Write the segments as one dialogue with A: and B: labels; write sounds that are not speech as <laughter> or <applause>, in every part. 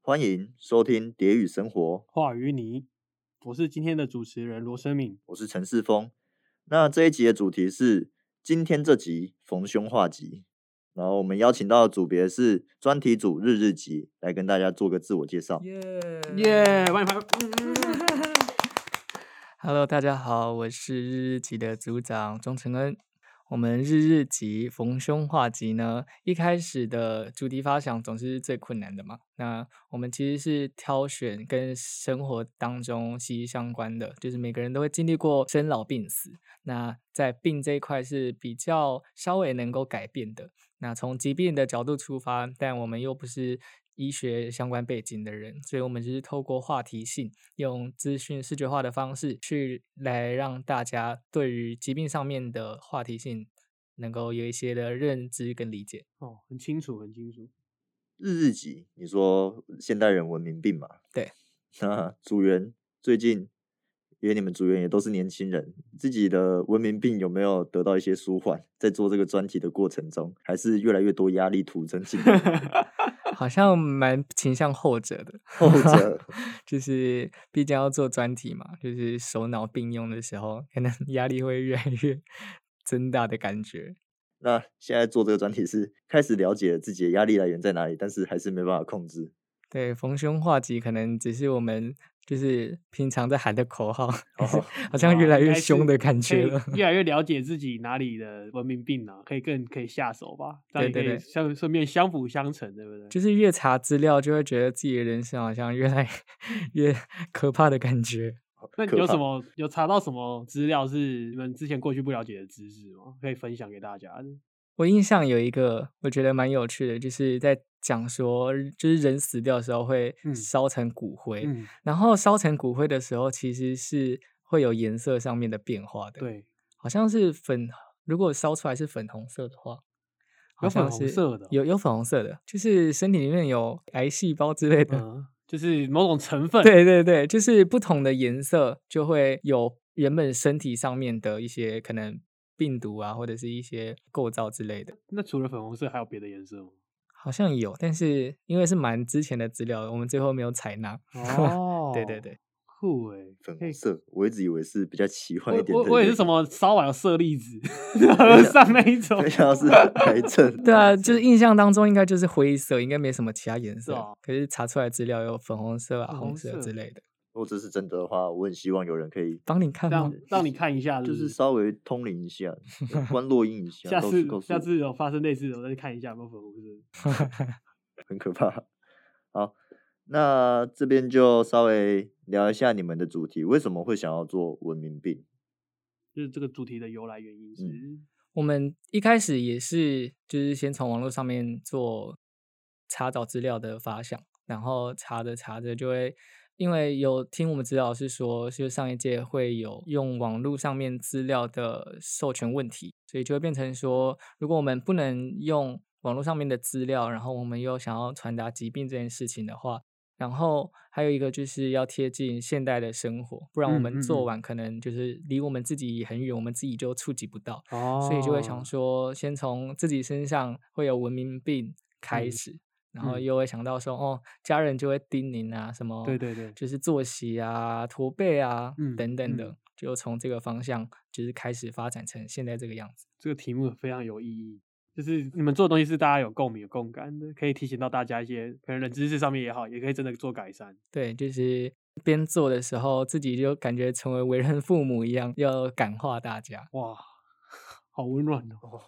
A: 欢迎收听《蝶语生活》，
B: 话与你，我是今天的主持人罗生敏。
A: 我是陈世峰。那这一集的主题是今天这集逢凶化吉，然后我们邀请到的组别是专题组日日集，来跟大家做个自我介绍。
C: 耶
B: 耶、万发，嗯嗯嗯
D: Hello，大家好，我是日日集的组长钟承恩。我们日日集逢凶化吉呢，一开始的主题发想总是最困难的嘛。那我们其实是挑选跟生活当中息息相关的，就是每个人都会经历过生老病死。那在病这一块是比较稍微能够改变的。那从疾病的角度出发，但我们又不是医学相关背景的人，所以我们只是透过话题性，用资讯视觉化的方式去来让大家对于疾病上面的话题性能够有一些的认知跟理解。
B: 哦，很清楚，很清楚。
A: 日日集，你说现代人文明病嘛？
D: 对。
A: <laughs> 那组员最近，因为你们组员也都是年轻人，自己的文明病有没有得到一些舒缓？在做这个专题的过程中，还是越来越多压力徒增进来
D: 好像蛮倾向后者的，
A: 后者
D: <laughs> 就是毕竟要做专题嘛，就是手脑并用的时候，可能压力会越来越 <laughs> 增大的感觉。
A: 那现在做这个专题是开始了解自己的压力来源在哪里，但是还是没办法控制。
D: 对，逢凶化吉可能只是我们就是平常在喊的口号， <laughs>
A: 哦
D: 好像越
B: 哇
D: 来
B: 啊应
D: 越
B: 该
D: 凶
B: 是
D: 的感
B: 可
D: 觉
B: 以
D: 了。 <laughs>
B: 越来越了解自己哪里的文明病啊，可以更可以下手吧，这样也
D: 对
B: 可
D: 对
B: 以
D: 对
B: 相顺便相辅相成，对不对？
D: 就是越查资料，就会觉得自己的人生好像越来 <laughs> 越可怕的感觉。
B: 那
A: 可
B: 有什
A: 怕
B: 么有查到什么资料是你们之前过去不了解的知识吗？可以分享给大家的。
D: 我印象有一个我觉得蛮有趣的，就是在讲说，就是人死掉的时候会
B: 嗯
D: 烧成骨灰，
B: 嗯，
D: 然后烧成骨灰的时候其实是会有颜色上面的变化的。，
B: 对，
D: 好像是粉，如果烧出来是粉红色的话，好
B: 有粉
D: 像
B: 红
D: 是
B: 色的哦
D: 有有粉红色的，就是身体里面有癌细胞之类的。
B: 嗯，就是某种成分。
D: <laughs> 对对对，就是不同的颜色就会有原本身体上面的一些可能病毒啊，或者是一些构造之类的，
B: 那除了粉红色，还有别的颜色吗？
D: 好像有，但是因为是蛮之前的资料，我们最后没有采纳。
B: 哦
D: <laughs> 对对对，
B: 酷诶，
A: 粉
B: 可以
A: 红色，我一直以为是比较奇幻一
B: 我
A: 点
B: 我
A: 的
B: 我也
A: 原
B: 是什
A: 因，
B: 么烧完有舍利
A: <laughs>
B: 子和尚那一种
A: 没，想到是癌症。
D: 对啊，就是印象当中应该就是灰色，应该没什么其他颜色。
B: 哦
D: 可是查出来资料有粉红色啊、
B: 粉
D: 红
B: 红
D: 色
B: 色
D: 之类的，
A: 如果这是真的的话，我很希望有人可以
B: <laughs>
D: 帮你看吗
B: <laughs> 让？让你看一下
A: 就是
B: 不
A: 稍微通灵一下，观落
B: <laughs>
A: 音一下，
B: 下
A: 告
B: 次
A: 诉告诉
B: 下
A: 我
B: 次有发生类似的，我再去看一下有没有粉红色。
A: 很可怕。好，那这边就稍微聊一下你们的主题，为什么会想要做文明病？
B: 就是这个主题的由来原因是，
A: 嗯
D: 我们一开始也是就是先从网络上面做查找资料的发想，然后查着查着就会，因为有听我们指导是说，就是上一届会有用网络上面资料的授权问题，所以就会变成说，如果我们不能用网络上面的资料，然后我们又想要传达疾病这件事情的话，然后还有一个就是要贴近现代的生活，不然我
B: 嗯
D: 们
B: 嗯
D: 做
B: 嗯
D: 完可能就是离我们自己很远，我们自己就触及不到。
B: 哦
D: 所以就会想，说，先从自己身上会有文明病开
B: 嗯
D: 始，然后
B: 嗯
D: 又会想到说，哦，家人就会叮咛啊，什
B: 哦
D: 么
B: 对对对，
D: 就是作息啊、驼背啊、
B: 嗯
D: 等等
B: 嗯
D: 的，就从这个方向就是开始发展成现在这个样子。
B: 这个题目非常有意义。就是你们做的东西是大家有共鸣、有共感的，可以提醒到大家一些可能冷知识上面也好，也可以真的做改善。
D: 对，就是边做的时候，自己就感觉成为为人父母一样，要感化大家。
B: 哇，好温暖哦，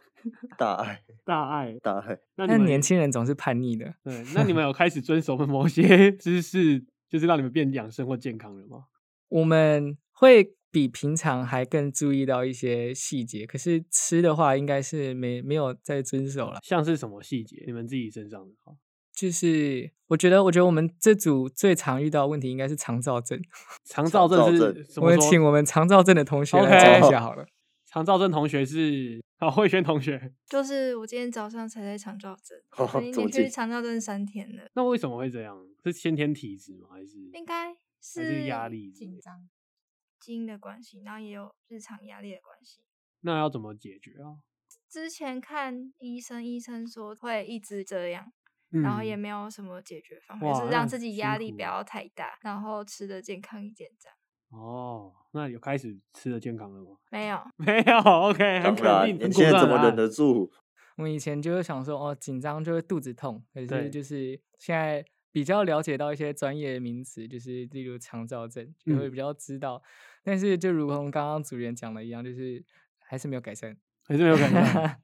A: 大爱，
B: 大爱。 <laughs>
A: 大爱，
B: 那你
D: 但
B: 们
D: 年轻人总是叛逆的，
B: 对，那你们有开始遵守某些知识，就是让你们变养生或健康了吗？
D: 我们会比平常还更注意到一些细节，可是吃的话应该是没没有在遵守了。
B: 像是什么细节，你们自己身上的话，
D: 就是我觉得，我觉得我们这组最常遇到的问题应该是肠燥症。
B: 肠燥
A: 燥
B: 症
A: 症
B: 是怎
D: 我
B: 么
D: 也请
B: 说？
D: 我们肠燥症的同学来讲
B: OK
D: 一
B: <laughs>
D: 下好了。
B: 肠燥症同学是好慧轩同学，
E: 就是我今天早上才在肠燥症，
A: 哦
E: 我已
A: 怎么
E: 经
A: 记
E: 去肠燥症三天了，
B: 那为什么会这样？是先天体质吗？还是
E: 应该
B: 还是压力之类
E: 紧
B: 的
E: 张、基因的关系，然后也有日常压力的关系。
B: 那要怎么解决啊？
E: 之前看医生，医生说会一直这样，然后也
B: 嗯
E: 没有什么解决方法，就
B: 哇
E: 是
B: 那很
E: 让自己压
B: 辛
E: 力
B: 苦
E: 不要太大，然后吃的健康一点这样。
B: 哦，那有开始吃的健康了吗？ <laughs>
E: 没有，
B: 没有，OK，很
A: 当
B: 肯
A: 然，年
B: 定。很果
A: 轻人
B: 断
A: 怎
B: 啊的
A: 么
B: 答
A: 忍
B: 案
A: 得住？
D: 我以前就会想说，哦，紧张就会肚子痛，可
B: 对
D: 是就是现在比较了解到一些专业名词，就是例如肠燥症，就会
B: 嗯
D: 比较知道。但是就如同刚刚主人讲的一样，就是还是没有改
B: <laughs>
D: 善。 <laughs>
B: 还是没有啊改
A: <laughs>
B: 善？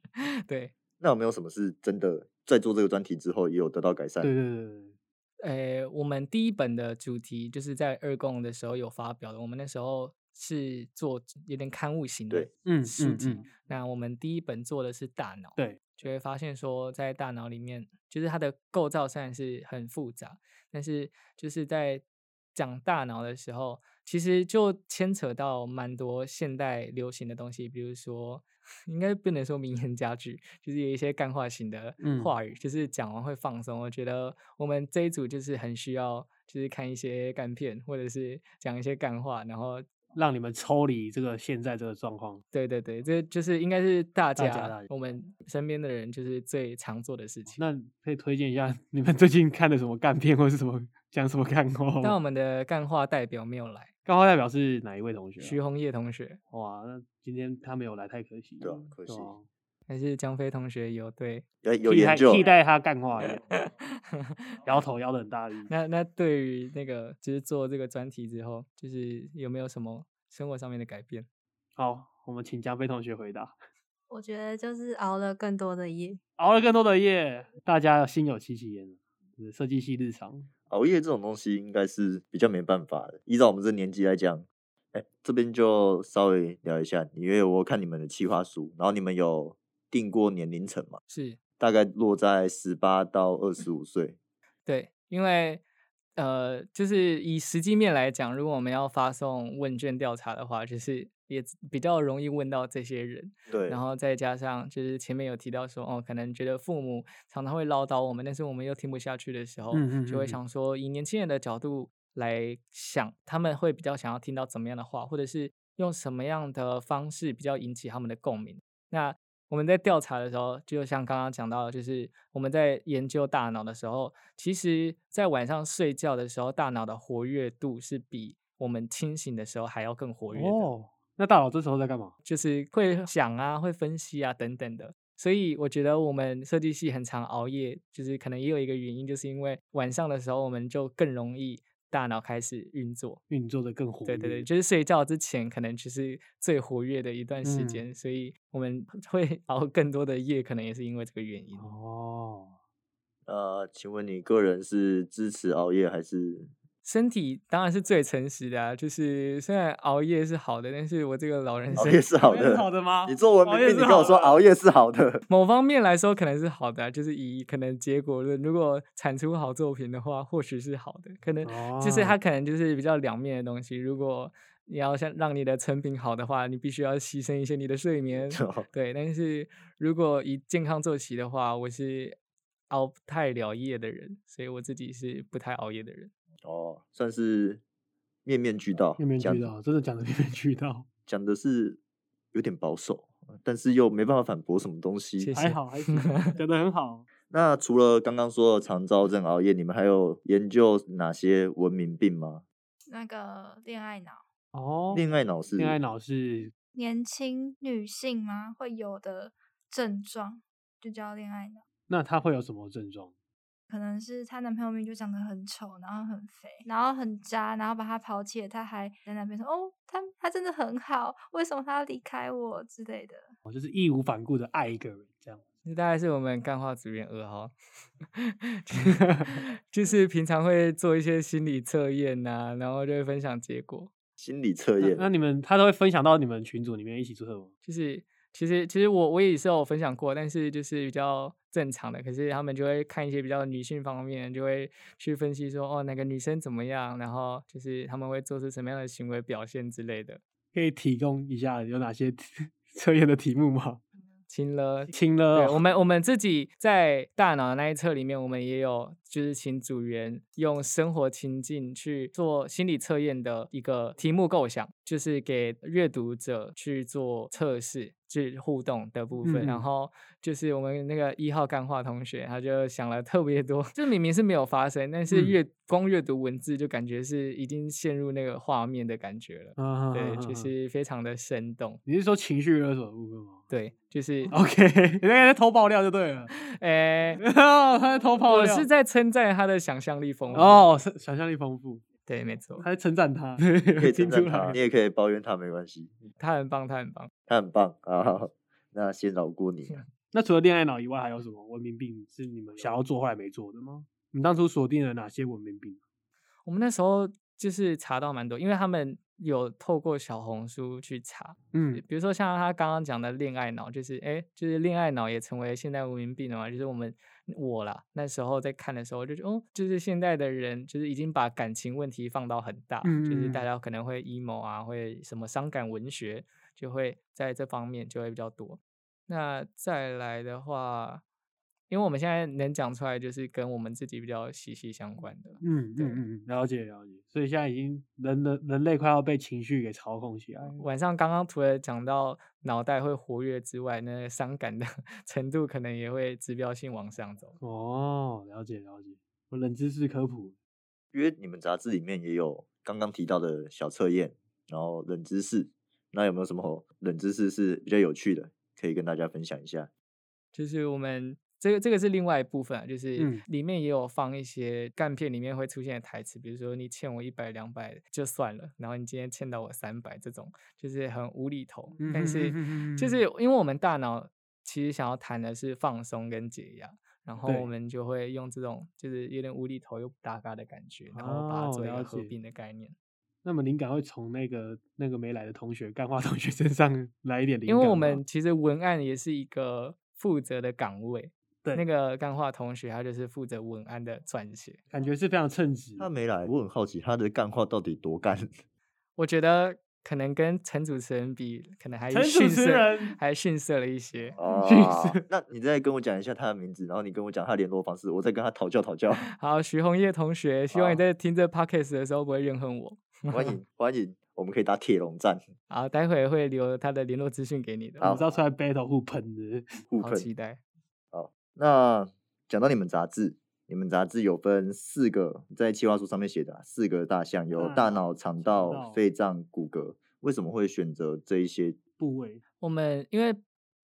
D: 对，
A: 那有没有什么是真的在做这个专题之后也有得到改善？
B: 对对对对对，
D: 呃，我们第一本的主题就是在二供的时候有发表的，我们那时候是做有点刊物型的
A: 对
B: 嗯
D: 书
B: 嗯
D: 籍。
B: 嗯，
D: 那我们第一本做的是大脑，
B: 对，
D: 就会发现说，在大脑里面，就是它的构造虽然是很复杂，但是就是在讲大脑的时候，其实就牵扯到蛮多现代流行的东西，比如说，应该不能说名言佳句，就是有一些干化型的
B: 嗯
D: 话语，就是讲完会放松。我觉得我们这一组就是很需要，就是看一些干片，或者是讲一些干话，然后
B: 让你们抽离这个现在这个状况。
D: 对对对，这就是应该是大
B: 大
D: 家
B: 家大家
D: 我们身边的人就是最常做的事情。
B: 那可以推荐一下 <laughs> 你们最近看的什么干片，或是什么讲什么干话
D: 但我
B: 吗？
D: 们的干话代表没有来，
B: 干话代表是哪一位同学、
D: 徐
B: 啊？
D: 红叶同学
B: 哇，那今天他没有来，太可惜了。
A: 对啊可惜
B: 啊
D: 还是江飞同学有对？
A: 哎，有
B: 替代
A: 研究
B: 替代他干话
A: <laughs>
B: 一样摇头摇的很大力。
D: 那那对于那个就是做这个专题之后，就是有没有什么生活上面的改变？
B: 好，我们请江飞同学回答。
E: 我觉得就是熬了更多的夜。
B: 熬了更多的夜，大家心有戚戚焉啊。就是设计系日常，
A: 熬夜这种东西，应该是比较没办法的。依照我们这年纪来讲，哎，这边就稍微聊一下，因为我看你们的企划书，然后你们有定过年龄层嘛？
D: 是
A: 大概落在十八到二十五岁。
D: 对，因为呃，就是以实际面来讲，如果我们要发送问卷调查的话，就是也比较容易问到这些人。
A: 对，
D: 然后再加上就是前面有提到说，哦，可能觉得父母常常会唠叨我们，但是我们又听不下去的时候，
B: 嗯嗯
D: 就
B: 嗯嗯
D: 会想说，以年轻人的角度来想，他们会比较想要听到怎么样的话，或者是用什么样的方式比较引起他们的共鸣。那我们在调查的时候，就像刚刚讲到的，就是我们在研究大脑的时候，其实在晚上睡觉的时候，大脑的活跃度是比我们清醒的时候还要更活跃的。
B: 哦，那大佬这时候在干嘛？
D: 就是会想啊、会分析啊等等的。所以我觉得我们设计系很常熬夜，就是可能也有一个原因，就是因为晚上的时候我们就更容易大脑开始运作。
B: 运作的更活
D: 对
B: 跃。
D: 对对，就是睡觉之前可能就是最活跃的一段时
B: 嗯
D: 间，所以我们 <laughs> 会熬更多的夜，可能也是因为这个原因。
B: 哦，
A: 呃，请问你个人是支持熬夜还
B: <laughs>
A: 是？
D: 身体当然是最诚实的啊，就是虽然熬夜是好的，但是我这个老人
A: 熬
D: 身
A: 夜是好
B: 熬夜是
A: 的，
B: 好的
A: <laughs>
B: 吗
A: 你做文
B: 熬
A: 明
B: 夜
A: 病，
B: 是
A: 你跟我说
B: 好的
A: 熬夜是好的，，
D: 某方面来说可能是好的啊、就是以可能结果论，如果产出好作品的话，或许是好的。可能就是它
B: 哦
D: 可能就是比较两面的东西。如果你要想让你的成品好的话，你必须要牺牲一些你的睡眠
A: 哦
D: 对。但是如果以健康作息的话，我是熬不太了夜的人，所以我自己是不太熬夜的人。
A: 哦，算是面面俱到，
B: 面面
A: 讲
B: 俱到，真的讲的面面俱到，
A: 讲的是有点保守，但是又没办法反驳什么东西
D: 谢。
B: 还
D: 谢
B: 好还行，讲的很好。
A: 那除了刚刚说的肠燥症、熬夜，你们还有研究哪些文明病吗？
E: 那个恋爱脑，
B: 哦，
A: 恋爱脑是
B: 恋爱脑是
E: 年轻女性吗会有的症状就叫恋爱脑。
B: 那他会有什么症状？
E: 可能是她男朋友明明就长得很丑，然后很肥，然后很渣，然后把她抛弃了，她还在那边说：“哦，他他真的很好，为什么他要离开我之类的。”
B: 我哦就是义无反顾的爱一个人这样。
D: 这大概是我们干化组员二号， <laughs> 就是平常会做一些心理测验呐、然后就会分享结果。
A: 心理测
B: 那
A: 验
B: 那你们他都会分享到你们群组里面一起做什么？
D: 就是其实其实我我也是有分享过，但是就是比较正常的，可是他们就会看一些比较女性方面，就会去分析说哦哪个女生怎么样，然后就是他们会做出什么样的行为表现之类的。
B: 可以提供一下有哪些 <laughs> 测验的题目吗？
D: 亲了，
B: 亲
D: 呃对
B: 了，哦
D: 我们我们自己在大脑的那一侧里面，我们也有就是请组员用生活情境去做心理测验的一个题目构想，就是给阅读者去做测试。去互动的部分，
B: 嗯
D: 然后就是我们那个一号干话同学，他就想了特别多， <laughs> 就明明是没有发生，但是
B: 嗯
D: 阅、光阅读文字就感觉是已经陷入那个画面的感觉了，
B: 啊，
D: 对，
B: 啊
D: 就
B: 啊
D: 是非常的生动，
B: 你是说情绪勒索的部分吗
D: 对，就是
B: ？OK，你 <laughs> 那个在偷爆料就对了， <laughs> 哦
D: 诶、
B: 他在偷爆
D: 我
B: 料。
D: 是在称赞他的想象力丰富，
B: 哦，是想象力丰富，
D: 对，没错，
B: 他在称赞他，
A: 可以
B: <laughs> 听
A: 称
B: 出
A: 赞他，
B: 来嗯
A: 你。也可以抱怨他，没关系，
D: 他很棒，他很棒。
A: 他很棒啊。那先饶过你啊，
B: 那除了恋爱脑以外，还有什么文明病是你们想要做后来没做的吗？你们当初锁定了哪些文明病？啊
D: 我们那时候就是查到蛮多，因为他们有透过小红书去查，
B: 嗯
D: 比如说像他刚刚讲的恋爱脑，就是哎、诶就是恋爱脑也成为现代文明病了嘛。就是我们我啦，那时候在看的时候就觉得，哦，就是现代的人就是已经把感情问题放到很大，就是
B: 嗯嗯嗯
D: 大家可能会 emo 啊，会什么伤感文学，就会在这方面就会比较多。那再来的话，因为我们现在能讲出来，就是跟我们自己比较息息相关的。
B: 嗯嗯
D: 对
B: 嗯，嗯，了解了解。所以现在已经人人人类快要被情绪给操控起来了。
D: 晚上刚刚除了讲到脑袋会活跃之外，那个伤感的 <laughs> 程度可能也会指标性往上走。
B: 哦，了解了解，我冷知识科普。
A: 因为你们杂志里面也有刚刚提到的小测验，然后冷知识，那有没有什么冷知识是比较有趣的，可以跟大家分享一下？
D: 就是我们这个这个是另外一部分啊，就是
B: 嗯
D: 里面也有放一些干片里面会出现的台词，比如说你欠我一百两百就算了，然后你今天欠到我三百，这种就是很无厘头，
B: 嗯
D: 但是就是因为我们大脑其实想要谈的是放松跟解压。然后我
B: 对
D: 们就会用这种就是有点无厘头又不搭嘎的感觉，然后把它
B: 哦
D: 做一个
B: 了
D: 合
B: 解
D: 并的概念。
B: 那么灵感会从那个那个没来的同学、干话同学身
D: <laughs>
B: 上来一点灵感
D: 因
B: 吗。
D: 为我们其实文案也是一个负责的岗位，
B: 对
D: 那个干化同学他就是负责文案的撰写。
B: 感觉是非常称职。
A: 他没来，我很好奇他的干话到底多
B: <laughs>
A: 干。
D: 我觉得可能跟陈主持人比，可能还
B: 陈主
D: 逊
B: 持
D: 色
B: 人
D: 还逊色了一些。
A: 哦
B: 是，
A: 那你再跟我讲一下他的名字，然后你跟我讲他联络方式，我再跟他讨教讨教。
D: <laughs> 好，徐红叶同学，希
B: 哦
D: 望你
A: 好
D: 在听这 podcast 的时候不会怨恨我。
A: 欢迎欢迎，我们可以打铁笼战
D: 好，待会会留他的联络资讯给你的。
A: 好
B: 你知道出来 battle 互喷的， <laughs>
A: 互
D: 好期
A: 喷。
D: 待。
A: 那讲到你们杂志，你们杂志有分四个，在计划书上面写的啊四个大项，有
B: 大
A: 大
B: 脑
A: 脑、肠
B: 肠
A: 道、
B: 道
A: 肺脏、骨骼。为什么会选择这一些？
B: 部位
D: 我们因为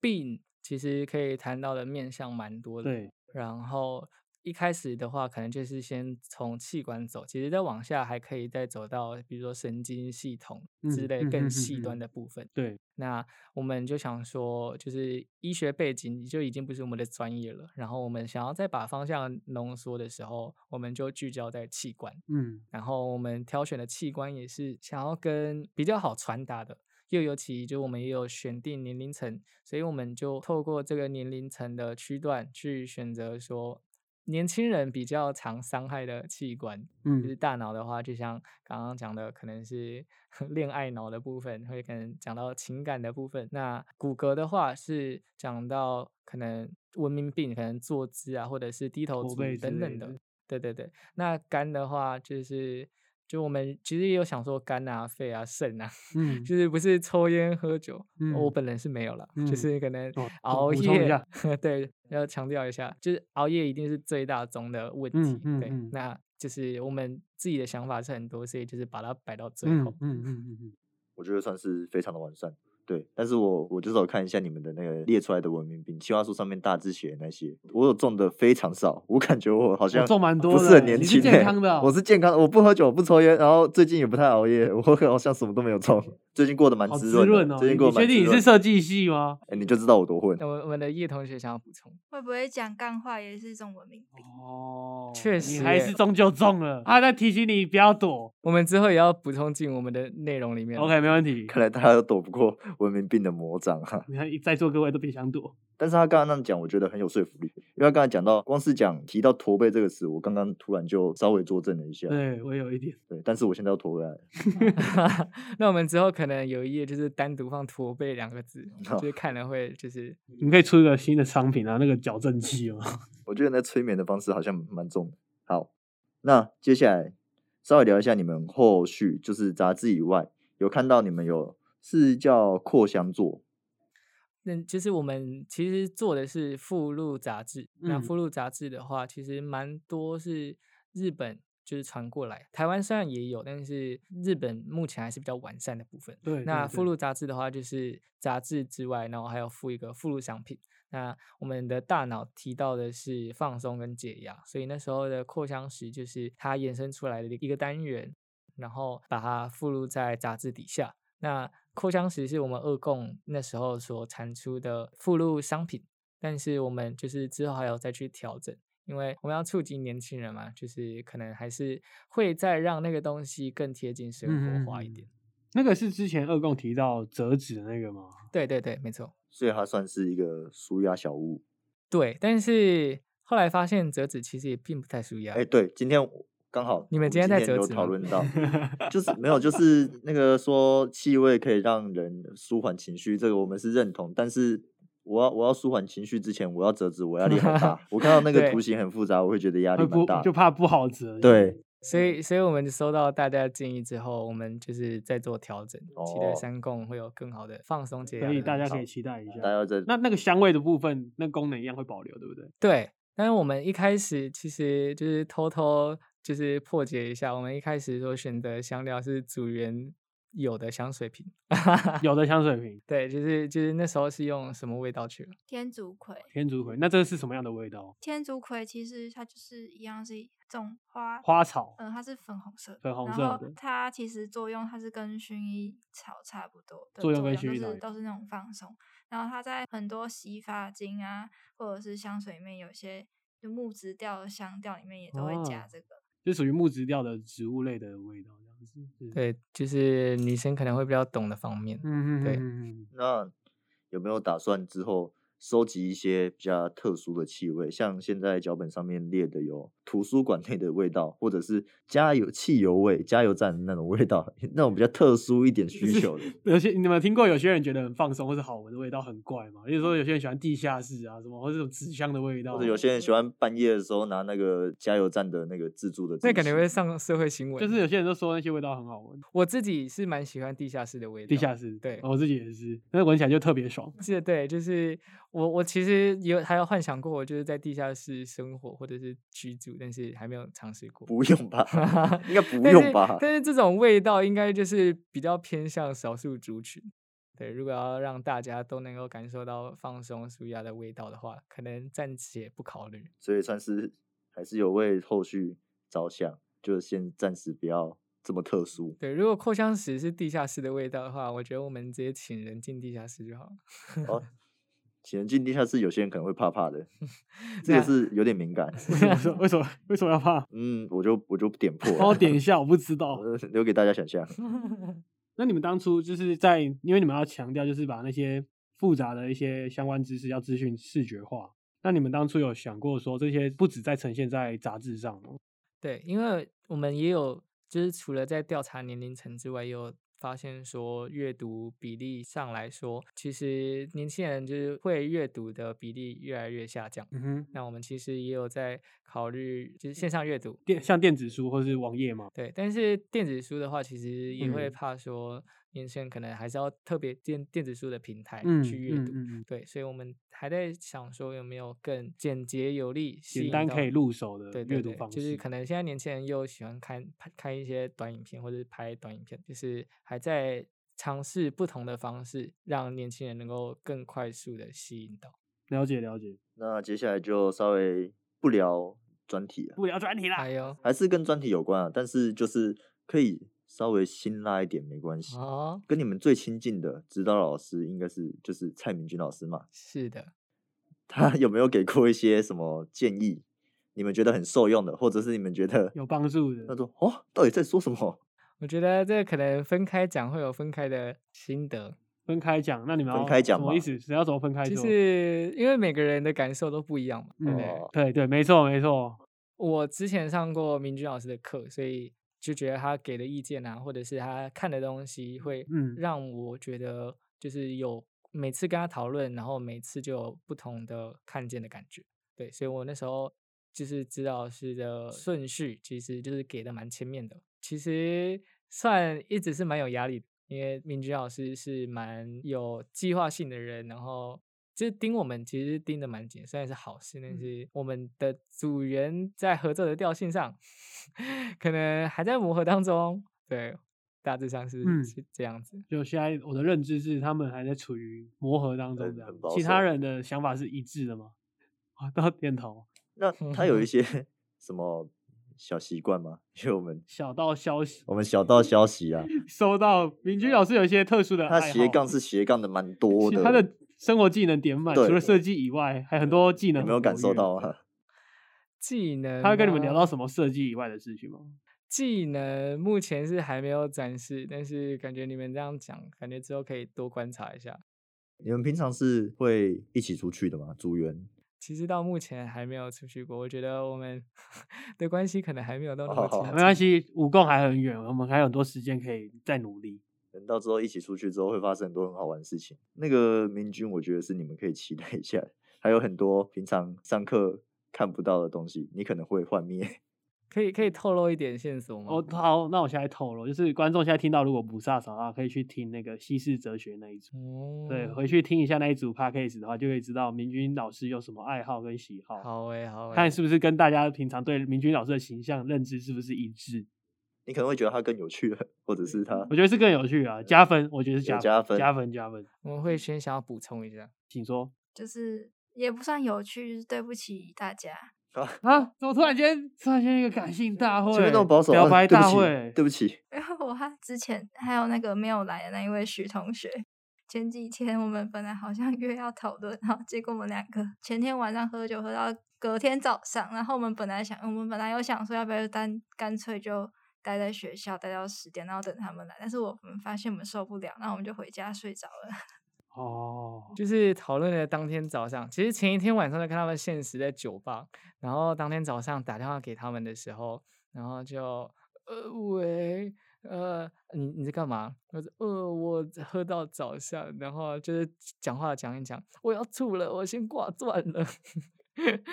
D: 病其实可以谈到的面向蛮多的，
B: 对，
D: 然后一开始的话，可能就是先从器官走，其实再往下还可以再走到，比如说神经系统之
B: 嗯
D: 类
B: 嗯
D: 更
B: 哼
D: 细
B: 哼
D: 端
B: 哼
D: 的部分。
B: 对，
D: 那我们就想说，就是医学背景就已经不是我们的专业了，然后我们想要再把方向浓缩的时候，我们就聚焦在器官。
B: 嗯
D: 然后我们挑选的器官也是想要跟比较好传达的，又尤其就我们也有选定年龄层，所以我们就透过这个年龄层的区段去选择说。年轻人比较常伤害的器官，就是
B: 嗯
D: <laughs> 大脑的话，就像刚刚讲的，可能是 <laughs> 恋爱脑的部分，会可能讲到情感的部分。那骨骼的话是讲到可能文明病，可能坐姿啊，或者是低头
B: 驼
D: 族
B: 背之
D: 等等
B: 类
D: 的
B: 的。
D: 对对对，那肝的话就是，就我们其实也有想说肝啊、肺啊、肾啊， <laughs>
B: 嗯，
D: 就是不是抽烟喝酒，我
B: 嗯
D: 本人是没有了，就
B: 嗯
D: 是可能
B: 哦
D: 熬
B: 补充一
D: 夜
B: 下，
D: <laughs> 对，要强调一下，就是熬夜一定是最大宗的问题。
B: 嗯嗯
D: 对，
B: 嗯
D: 那就是我们自己的想法是很多，所以就是把它摆到最
B: 嗯
D: 后。
B: 嗯嗯嗯嗯，
A: 我觉得算是非常的完善。对，但是我我就是有看一下你们的那个列出来的文明病计划书上面大致写的那些，我有中的非常少，我感觉我好像
B: 中蛮多
A: 不是
B: 的
A: 很年
B: 你是
A: 轻、欸，
B: 健康的哦
A: 我是健康的，我不喝酒，不抽烟，然后最近也不太熬夜，我好像什么都没有中，最近过得蛮
B: 好
A: 滋
B: 滋
A: 润的，
B: 润哦。
A: 最
B: 你
A: 近过
B: 你
A: 得蛮
B: 确
A: 滋
B: 定
A: 润
B: 你
A: 的。
B: 是设计系吗？
A: 哎、你就知道我多混
D: 那。我我们的叶同学想要补充，
E: 会不会讲干话也是一种文明病？
B: 哦，
D: 确实
B: 你还
D: 耶
B: 是终究中了。他在提醒你不要躲。
D: 我们之后也要补充进我们的内容里面。
B: OK，没问题。
A: 看来大家都躲不过 <laughs> 文明病的魔掌哈、
B: 你看，在座各位都别想躲。
A: 但是他刚刚那样讲，我觉得很有说服力，因为他刚才讲到，光是讲提到驼背这个词，我刚刚突然就稍微作证了一下，
B: 对我有一点，
A: 对，但是我现在要驼回来了，
D: <laughs> 那我们之后可能有一页就是单独放“驼背”两
B: <laughs>
D: 个字，
A: 好
D: 就是看了会就是
A: <laughs>
B: 你们可以出一个新的商品啊，那个矫正器哦。
A: 我觉得那催眠的方式好像蛮重的。好，那接下来稍微聊一下你们后续，就是杂志以外，有看到你们有是叫扩香做，
D: 那就是我们其实做的是附录杂志。那
B: 嗯
D: 附录杂志的话，其实蛮多是日本就是传过来，台湾虽然也有，但是日本目前还是比较完善的部分。
B: 对，
D: 那
B: 对
D: 附
B: 对
D: 录杂志的话，就是杂志之外，然后还有附一个附录商品。那我们的大脑提到的是放松跟解压，所以那时候的扩香石就是它延伸出来的一个单元，然后把它附录在杂志底下。那扩香石是我们二供那时候所产出的附录商品，但是我们就是之后还有再去调整。因为我们要触及年轻人嘛，就是可能还是会再让那个东西更贴近生活化一
B: 嗯
D: 点。
B: 那个是之前二贡提到折纸的那
A: <laughs>
B: 个吗？
D: 对对对，没错。
A: 所以它算是一个舒压小物。
D: 对，但是后来发现折纸其实也并不太舒压。
A: 哎、对，今天我刚好
D: 你们
A: 我
D: 今天在折
A: 有
D: 纸
A: 讨
D: 吗
A: 论
D: <laughs>
A: 到，就是没有，就是那个说气味可以让人舒缓情绪，这个我们是认同，但是。我要我要舒缓情绪之前，我要折纸，我压力好
D: <laughs>
A: 大。我看到那个
D: 对
A: 图形很复杂，我会觉得压力
B: 会
A: 蛮
B: 不
A: 大
B: 就
A: 的。
B: 怕不好折。
A: 对，
D: 所以，所以我们收到大家的建议之后，我们就是在做调整，期待
A: 哦
D: 三共会有更好的放松啊解压
B: 所
D: 的
B: 以
D: 东西。
B: 大家可以期待一下
A: 大。家在
B: 那那个香味的部分，那功能一样会保留，对不
D: <laughs>
B: 对？
D: 对，但是我们一开始其实就是偷偷就是破解一下，我们一开始所选择的香料是组员有的香水瓶。
B: 有的香水瓶，
D: 对，就是就是那时候是用什么味道去了？
E: 天竺葵，
B: 天竺葵，那这是什么样的味道？
E: 天竺葵其实它就是一样是一种花
B: 花草，
E: 嗯，它是粉红色的，
B: 粉红色
E: 然后
B: 的
E: 它其实作用它是跟薰衣草差不多的
B: 作用跟薰
E: 都
B: 衣草
E: 是
B: 一
E: 都是那种放松。然后它在很多洗发精啊，或者是香水里面，有些就木质调的香调里面也都会加
B: 哦
E: 这个。
B: 就属于木质调的植物类的味道，这样子。是，
D: 对，就是女生可能会比较懂的方面。
B: 嗯嗯，
D: 对
B: 嗯嗯嗯
A: 那有没有打算之后收集一些比较特殊的气味？像现在脚本上面列的有图书馆内的味道，或者是加油汽油味、加油站那种味道， <laughs> 那种比较特殊一点需求的。
B: 有些你们有听过有些人觉得很放松或是好闻的味道很怪吗？例如说有些人喜欢地下室啊什么，或者这种纸箱的味道
A: 或
B: 啊，
A: 者有些人喜欢半夜的时候拿那个加油站的那个自助的纸巾，
D: 那感觉会上社会新闻。啊
B: 就是有些人都说那些味道很好闻。
D: 我自己是蛮喜欢地下室的味道。
B: 地下室，哦
D: 对
B: 我自己也是，那闻起来就特别
D: <laughs>
B: 爽。
D: 记得对，就是我我其实有还有幻想过，我就是在地下室生活或者是居住，但是还没有尝试过。
A: 不用
D: <laughs>
A: 吧？ <laughs> 应该不
D: 但
A: 用
D: 是
A: 吧
D: 但是这种味道应该就是比较偏向少数族群。对，如果要让大家都能够感受到放松、舒压的味道的话，可能暂且不考虑。
A: 所以算是还是有为后续着想，就先暂时不要这么特殊。
D: 对，如果扩香石是地下室的味道的话，我觉得我们直接请人进地下室就好了。
A: 哦，请人进地下室，有些人可能会怕
B: <laughs>
A: 怕的，这
D: 那
A: 个是有点敏感。
B: 为什么说为什么为什么要怕？
A: 嗯，我就我就不点破了，
B: 帮我点一下，我不知道。
A: 呃，留给大家想象。
D: <laughs>
B: 那你们当初就是在，因为你们要强调就是把那些复杂的一些相关知识要资讯视觉化。那你们当初有想过说这些不止在呈现在杂志上吗？
D: 对，因为我们也有，就是除了在调查年龄层之外，也有发现说，阅读比例上来说，其实年轻人就是会阅读的比例越来越下降。
B: 嗯哼，
D: 那我们其实也有在考虑，就是线上阅读，
B: 电像电子书或是网页嘛，
D: 对。但是电子书的话，其实也会
B: 嗯
D: 怕说，年轻人可能还是要特别电电子书的平台
B: 嗯，
D: 去阅
B: 嗯
D: 读。
B: 嗯嗯
D: 对，所以我们还在想说有没有更简洁有力、吸
B: 简
D: 引
B: 单可
D: 到
B: 以入手的
D: 对对
B: 阅读
D: 对
B: 方式，
D: 就是可能现在年轻人又喜欢看拍看一些短影片或者是拍短影片，就是还在尝试不同的方式，让年轻人能够更快速的吸引到。
B: 了解了解。
A: 那接下来就稍微不聊专题了，
B: 不聊专题啦，
D: 哎呦，
A: 还是跟专题有关啊，但是就是可以稍微辛辣一点，没关
B: 啊
A: 系。
D: 哦，
A: 跟你们最亲近的指导老师应该是就是蔡明君老师嘛，
D: 是的，
A: 他有没有给过一些什么建议？你们觉得很受用的，或者是你们觉得
B: 有帮助
A: 他
B: 的。
D: 呃
A: 说哦，到底在说什么？
D: 我觉得这可能分开讲会有分开的心得，
B: 分开讲，那你们
A: 分
B: 要
A: 开讲
B: 什么意
A: 嘛
B: 思？是要怎么分开
D: 就
B: 做？
D: 是因为每个人的感受都不一样嘛，
B: 嗯
D: 对不对？
A: 哦
B: 对对，没错没错，
D: 我之前上过明君老师的课，所以就觉得他给的意见啊，或者是他看的东西，会
B: 嗯
D: 让我觉得就是有每次跟他讨论，然后每次就有不同的看见的感觉。对，所以我那时候就是指导师的顺序，其实就是给的蛮前面的。其实算一直是蛮有压力的，因为明君老师是蛮有计划性的人，然后就是盯我们，其实盯得蛮紧，虽然是好事，但
B: 嗯
D: 是我们的组员在合作的调性上，可能还在磨合当中。对，大致上是、
B: 嗯
D: 是这样子。
B: 就现在我的认知是，他们还在处于磨合当中
A: 很
B: 这样
A: 很保
B: 其他
A: 守
B: 人的想法是一致的吗？ <laughs> 啊，都要点头。
A: 那
B: 嗯
A: 他有一些什么小习惯吗？ <laughs> 因为我们
B: 小道消息
A: 我们小道消
B: 嗯
A: 息啊，
B: 收到，明君老师有一些特殊的
A: 他
B: 爱好，
A: 斜杠是斜杠的蛮多
B: 其
A: 的，
B: 他的生活技能点满，除
A: 对
B: 了设计以外，还很多技
A: 有
B: 能。
A: 没有感受到？啊？
D: 技能
B: 他会跟你们聊
D: 吗
B: 到什么设计以外的事情吗？
D: 技能目前是还没有展示，但是感觉你们这样讲，感觉之后可以多观察一下。
A: <laughs> 你们平常是会一起出去的吗？组员？
D: 其实到目前还没有出去过，我觉得我们 <laughs> 的关系可能还没有到那
A: 好
D: 么
A: 好
D: 紧
A: 好
D: 张。
B: 没关系，五共还很远，我们还有很多时间可以再努力。
A: 等到之后一起出去之后，会发生很多很好玩的事情。那个明君，我觉得是你们可以期待一下的，还有很多平常上课看不到的东西，你可能会幻灭。 <laughs>
D: 可以可以透露一点线索
A: 嗯
D: 吗？
B: 哦，好，那我现在透露，就是观众现在听到，如果不飒爽的话，可以去听那个西式哲学那一组。
D: 哦
B: 对，
A: 嗯
B: 回去听一下那一组 podcast 的话，就可以知道明君老师有什么爱好跟喜好，
D: 好诶、好诶、
B: 看是不是跟大家平常对明君老师的形象认知是不是一致。
A: 你可能会觉得他更有趣了，或者是他
B: 我觉得是更有趣啊，加分，我觉得是
A: 有
B: 加
A: 加分
B: 加分，加分。
D: 我们会先想要补充一下
B: 请说
E: 就是也不算有趣，就是对不起大家。
B: 啊！怎么突然间突然间一个感性大会，
A: 前面那么保守，
B: 表
A: 啊
B: 白
A: 对不
B: 大
A: 起
B: 会，
A: 对不起，
E: 然后我和之前还有那个没有来的那一位徐同学，前几天我们本来好像 <laughs> 约要讨论，然后结果我们两个前天晚上喝酒喝到隔天早上，然后我们本来想，我们本来有想说要不要单干脆就待在学校待到十点，然后等他们来，但是我们发现我们受不了，那我们就回家睡着了。
B: 哦，
D: 就是讨论的当天早上，其实前一天晚上就看他们现实在酒吧，然后当天早上打电话给他们的时候，然后就呃喂，呃你你在干嘛？我说呃我喝到早上，然后就是讲话讲一讲，我要吐了，我先挂断了。 <laughs>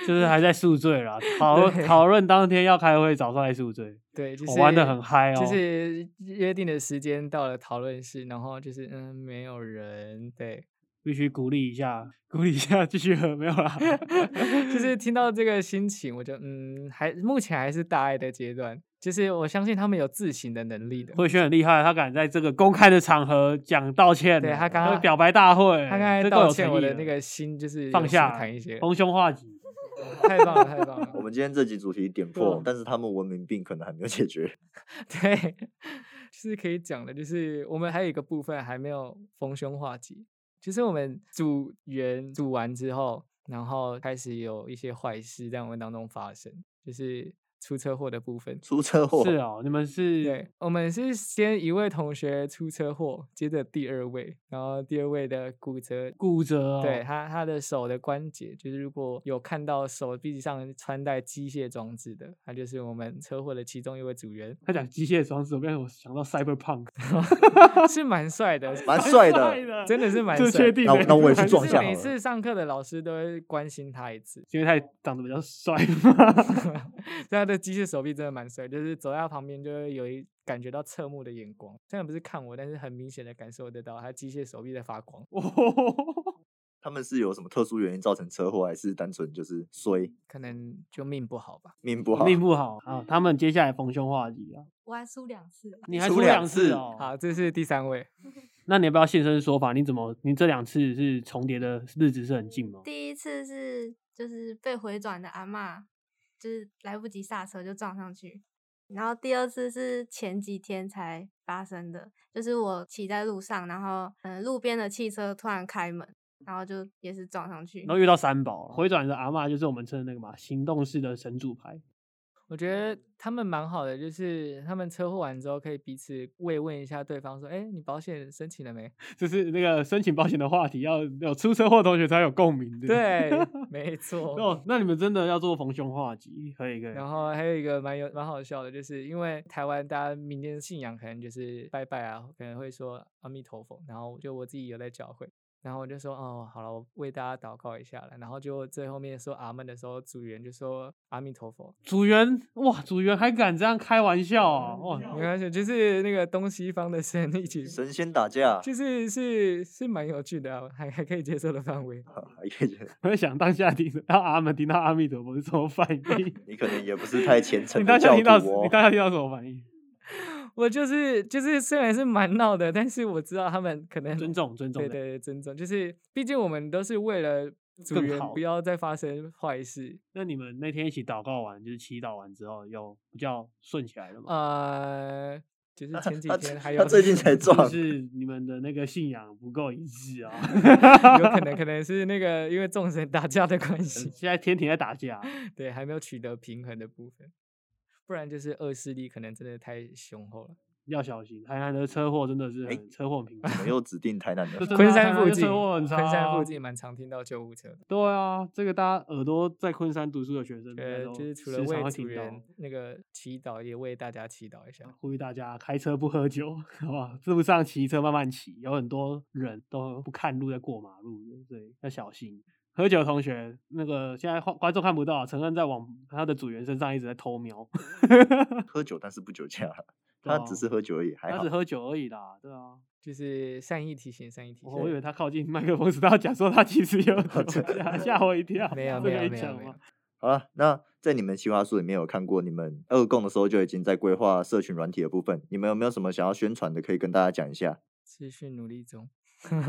B: 就是还在宿
A: <laughs>
B: 醉啦，讨
D: 对
B: 论讨论当天要开会，早上还宿醉，
D: 对，就
B: 哦
D: 是
B: 玩得很嗨哦
D: 就是约定的时间到了讨论室，然后就是嗯没有人，对，
B: 必须鼓励一下，鼓励一下，继续喝，没有
A: <laughs>
B: 啦。 <laughs>
D: 就是听到这个心情，我就嗯，还目前还是大爱的阶段，就是我相信他们有自省的能力的。
B: 慧轩很厉害，他敢在这个公开的场合讲道歉了，
D: 对他刚刚
B: 表白大会，
D: 他刚才
B: 这够有
D: 道歉，
B: 诚
D: 我
B: 意
D: 的
B: 了
D: 那个心就是
B: 放
D: 有舒
B: 下
D: 坦一些，
B: 逢凶化吉。
D: 太棒了，太棒
A: 我
D: 了。
A: 们今天这集主题点
B: 啊
A: 破，但是他们文明病可能还没有解决。
D: <laughs> 对，就是可以讲的，就是我们还有一个部分还没有逢凶化吉，就是我们组员组完之后，然后开始有一些坏事在我们当中发生，就是出车祸的部分。
A: 出车祸
B: 是哦，你们是
D: 对，我们是先一位同学出车祸，接着第二位，然后第二位的骨折，
B: 骨折哦，，
D: 对他他的手的关节，就是如果有看到手臂上穿戴机械装置的，他就是我们车祸的其中一位组
A: <laughs>
D: 员
B: 他讲机械装置，我刚才我想到
D: <laughs>
B: Cyberpunk，
D: 是蛮帅的，
A: 蛮帅的
D: 真的是蛮
B: 这
D: 帅
B: 确
D: 的
B: 定欸
A: 那
B: 的。。
A: 我那我也去
D: 就
A: 撞一
D: 是
A: 下好
D: 每
A: 了
D: 次上课的老师都会关心他一次
B: 因为他长得比较帅嘛。
D: 所以他的机械手臂真的蛮帅，就是走在他旁边就会有一感觉到侧目的眼光，虽然不是看我，但是很明显的感受得到他机械手臂在发光。
B: 哦，
A: 他们是有什么特殊原因造成车祸，还是单纯就是衰
D: 可能就命不好吧。
A: 命不好？
B: 命不好啊！他们接下来逢凶化吉啊！
E: <laughs> 我还输两次，
B: 你还
A: 出
B: 出
A: 两
B: 两次
A: 次
B: 哦，
D: 好，这是第三位，
B: 那你要不要现身说法？你怎么你这两次是重叠的日子是很近吗？
E: 第一次是就是被回转的阿嬷，就是来不及刹车就撞上去。然后第二次是前几天才发生的，就是我骑在路上，然后嗯路边的汽车突然开门，然后就也是撞上去
B: 然。后遇到三宝了，回转的阿嬷就是我们称的那个嘛，行动式的神主牌。
D: 我觉得他们蛮好的，就是他们车祸完之后可以彼此慰问一下对方，说：“哎，你保险申请了没
B: 就是那个申请保险的话题，要有出车祸的同学才有共鸣？”的。
D: 对，没错
B: 哦。，那你们真的要做逢凶化吉，可以可以。
D: 然后还有一个蛮有蛮好笑的，就是因为台湾大家民间信仰可能就是拜拜啊，可能会说阿弥陀佛，然后就我自己有在教会，然后我就说哦，好了，我为大家祷告一下了。然后就最后面说阿门的时候，组员就说阿弥陀佛。
B: 组员哇，组员还敢这样开玩笑啊！哇，
D: 没关系，就是那个东西方的神一起，
A: 神仙打架，
D: 就是是是蛮有趣的、啊，还还可以接受的范围。
A: 还可以
B: 我在想当下听到啊阿门，听到阿弥陀佛是什么反应？
A: <laughs> 你可能也不是太虔诚
B: 你
A: 的
B: 当下
A: 教
B: 听到，
A: 徒
B: 你
A: 哦。
B: 当下听到什么反应？
D: 我就是就是虽然是蛮闹的，但是我知道他们可能
B: 尊重，尊重
D: 对
B: 的。
D: 对对，尊重，就是毕竟我们都是为了组
B: 更
D: 员
B: 好
D: 不要再发生坏事。
B: 那你们那天一起祷告完，就是祈祷完之后，有比较顺起来了吗？
D: 呃，就是
B: <laughs>
D: 前几
A: 他
D: 天
A: 他
D: 还
A: 他
D: 有
A: 最近才
B: 是不
A: 撞
B: 是你们的那个信仰不够一致啊？
D: 有可
B: <laughs>
D: 能可能是那个因为众神打架的
B: 嗯
D: 关系，
B: 现在天庭在打架，
D: 对，还没有取得平衡的部分，不然就是恶势力可能真的太雄厚了。
B: 要小心。台南的车祸真的是
A: 哎
B: 很车祸很频
D: <laughs>
A: 我们
B: 繁。
A: 又指定台南的，
B: 这真的
D: 昆
B: 啊台
D: 山
B: 南
D: 附
B: 的
D: 近，
B: 车祸很
D: 昆
B: 差
D: 山附
B: 啊
D: 近蛮常听到救护车，
B: 对啊，这个大家耳朵在昆山读书的学生应该
D: 呃，
B: 都
D: 就是除
B: 嗯
D: 了
B: 时常
D: 为
B: 会
D: 组
B: 听到嗯
D: 员。那个祈祷，也为大家祈祷一下。
B: 呼吁大家开车不喝酒，好不好？路上骑车慢慢骑，有很多人都不看路在过马路的，所以要小心。喝酒的同学，那个现在观观众看不到，陈啊恩在往他的组员身上一直在偷瞄，
A: <laughs> 喝酒但是不酒驾，
B: 对
A: 他
B: 啊
A: 只是喝酒而已，还
B: 他
A: 好
B: 只。喝酒而已啦，对啊。
D: 就是善意提醒，善意提醒。
B: 我我以为他靠近麦克风时，他讲说他其实
D: <laughs>
B: 有酒
A: 真的
B: 驾，吓我一跳。
D: 哦没有
B: 这
D: 没
B: 可
D: 有
B: 以
D: 没有
B: 讲
D: 没有
B: 吗，
A: 好了，那在你们企划书里面有看过，你们二供的时候就已经在规划社群软体的部分，你们有没有什么想要宣传的，可以跟大家讲一下？ <laughs>
D: 持续努力中。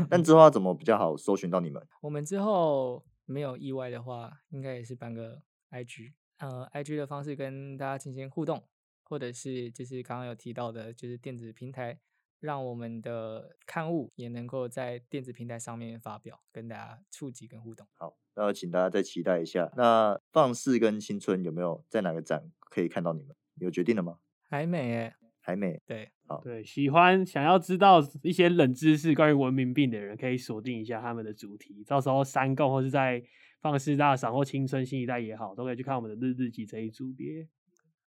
A: 但之后要怎么比较好搜寻到你们？
D: 我们之后没有意外的话，应该也是办个 IG，呃，IG 的方式跟大家进行互动，或者是就是刚刚有提到的，就是电子平台，让我们的刊物也能够在电子平台上面发表，跟大家触及跟互动。
A: 好，那请大家再期待一下。那放肆跟青春有没有在哪个展可以看到你们？有决定了吗？
D: 还美耶、
A: 还没。
D: 对，
B: 对，喜欢想要知道一些冷知识关于文明病的人，可以锁定一下他们的主题。到时候三共或是在放肆大赏或青春新一代也好，都可以去看我们的日日记这一组别。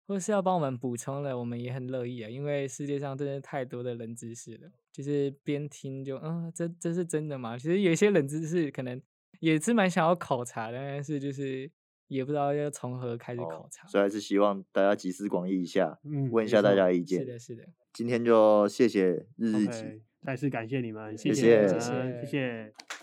D: 或是要帮我们补充的，我们也很乐意啊，因为世界上真的太多的冷知识了，就是边听就嗯，这这是真的吗？其实有一些冷知识可能也是蛮想要考察的，但是就是也不知道要从何开始考
A: 哦
D: 察。
A: 所以还是希望大家集思广益一下，
B: 嗯，
A: 问一
D: 没
A: 下大
D: 错
A: 家的意
D: 是
A: 见。
D: 的，是的，
A: 今天就谢谢日日集。
B: OK，再次感谢你们，
D: 谢
B: 谢你
A: 谢
B: 们，谢
D: 谢
B: 谢。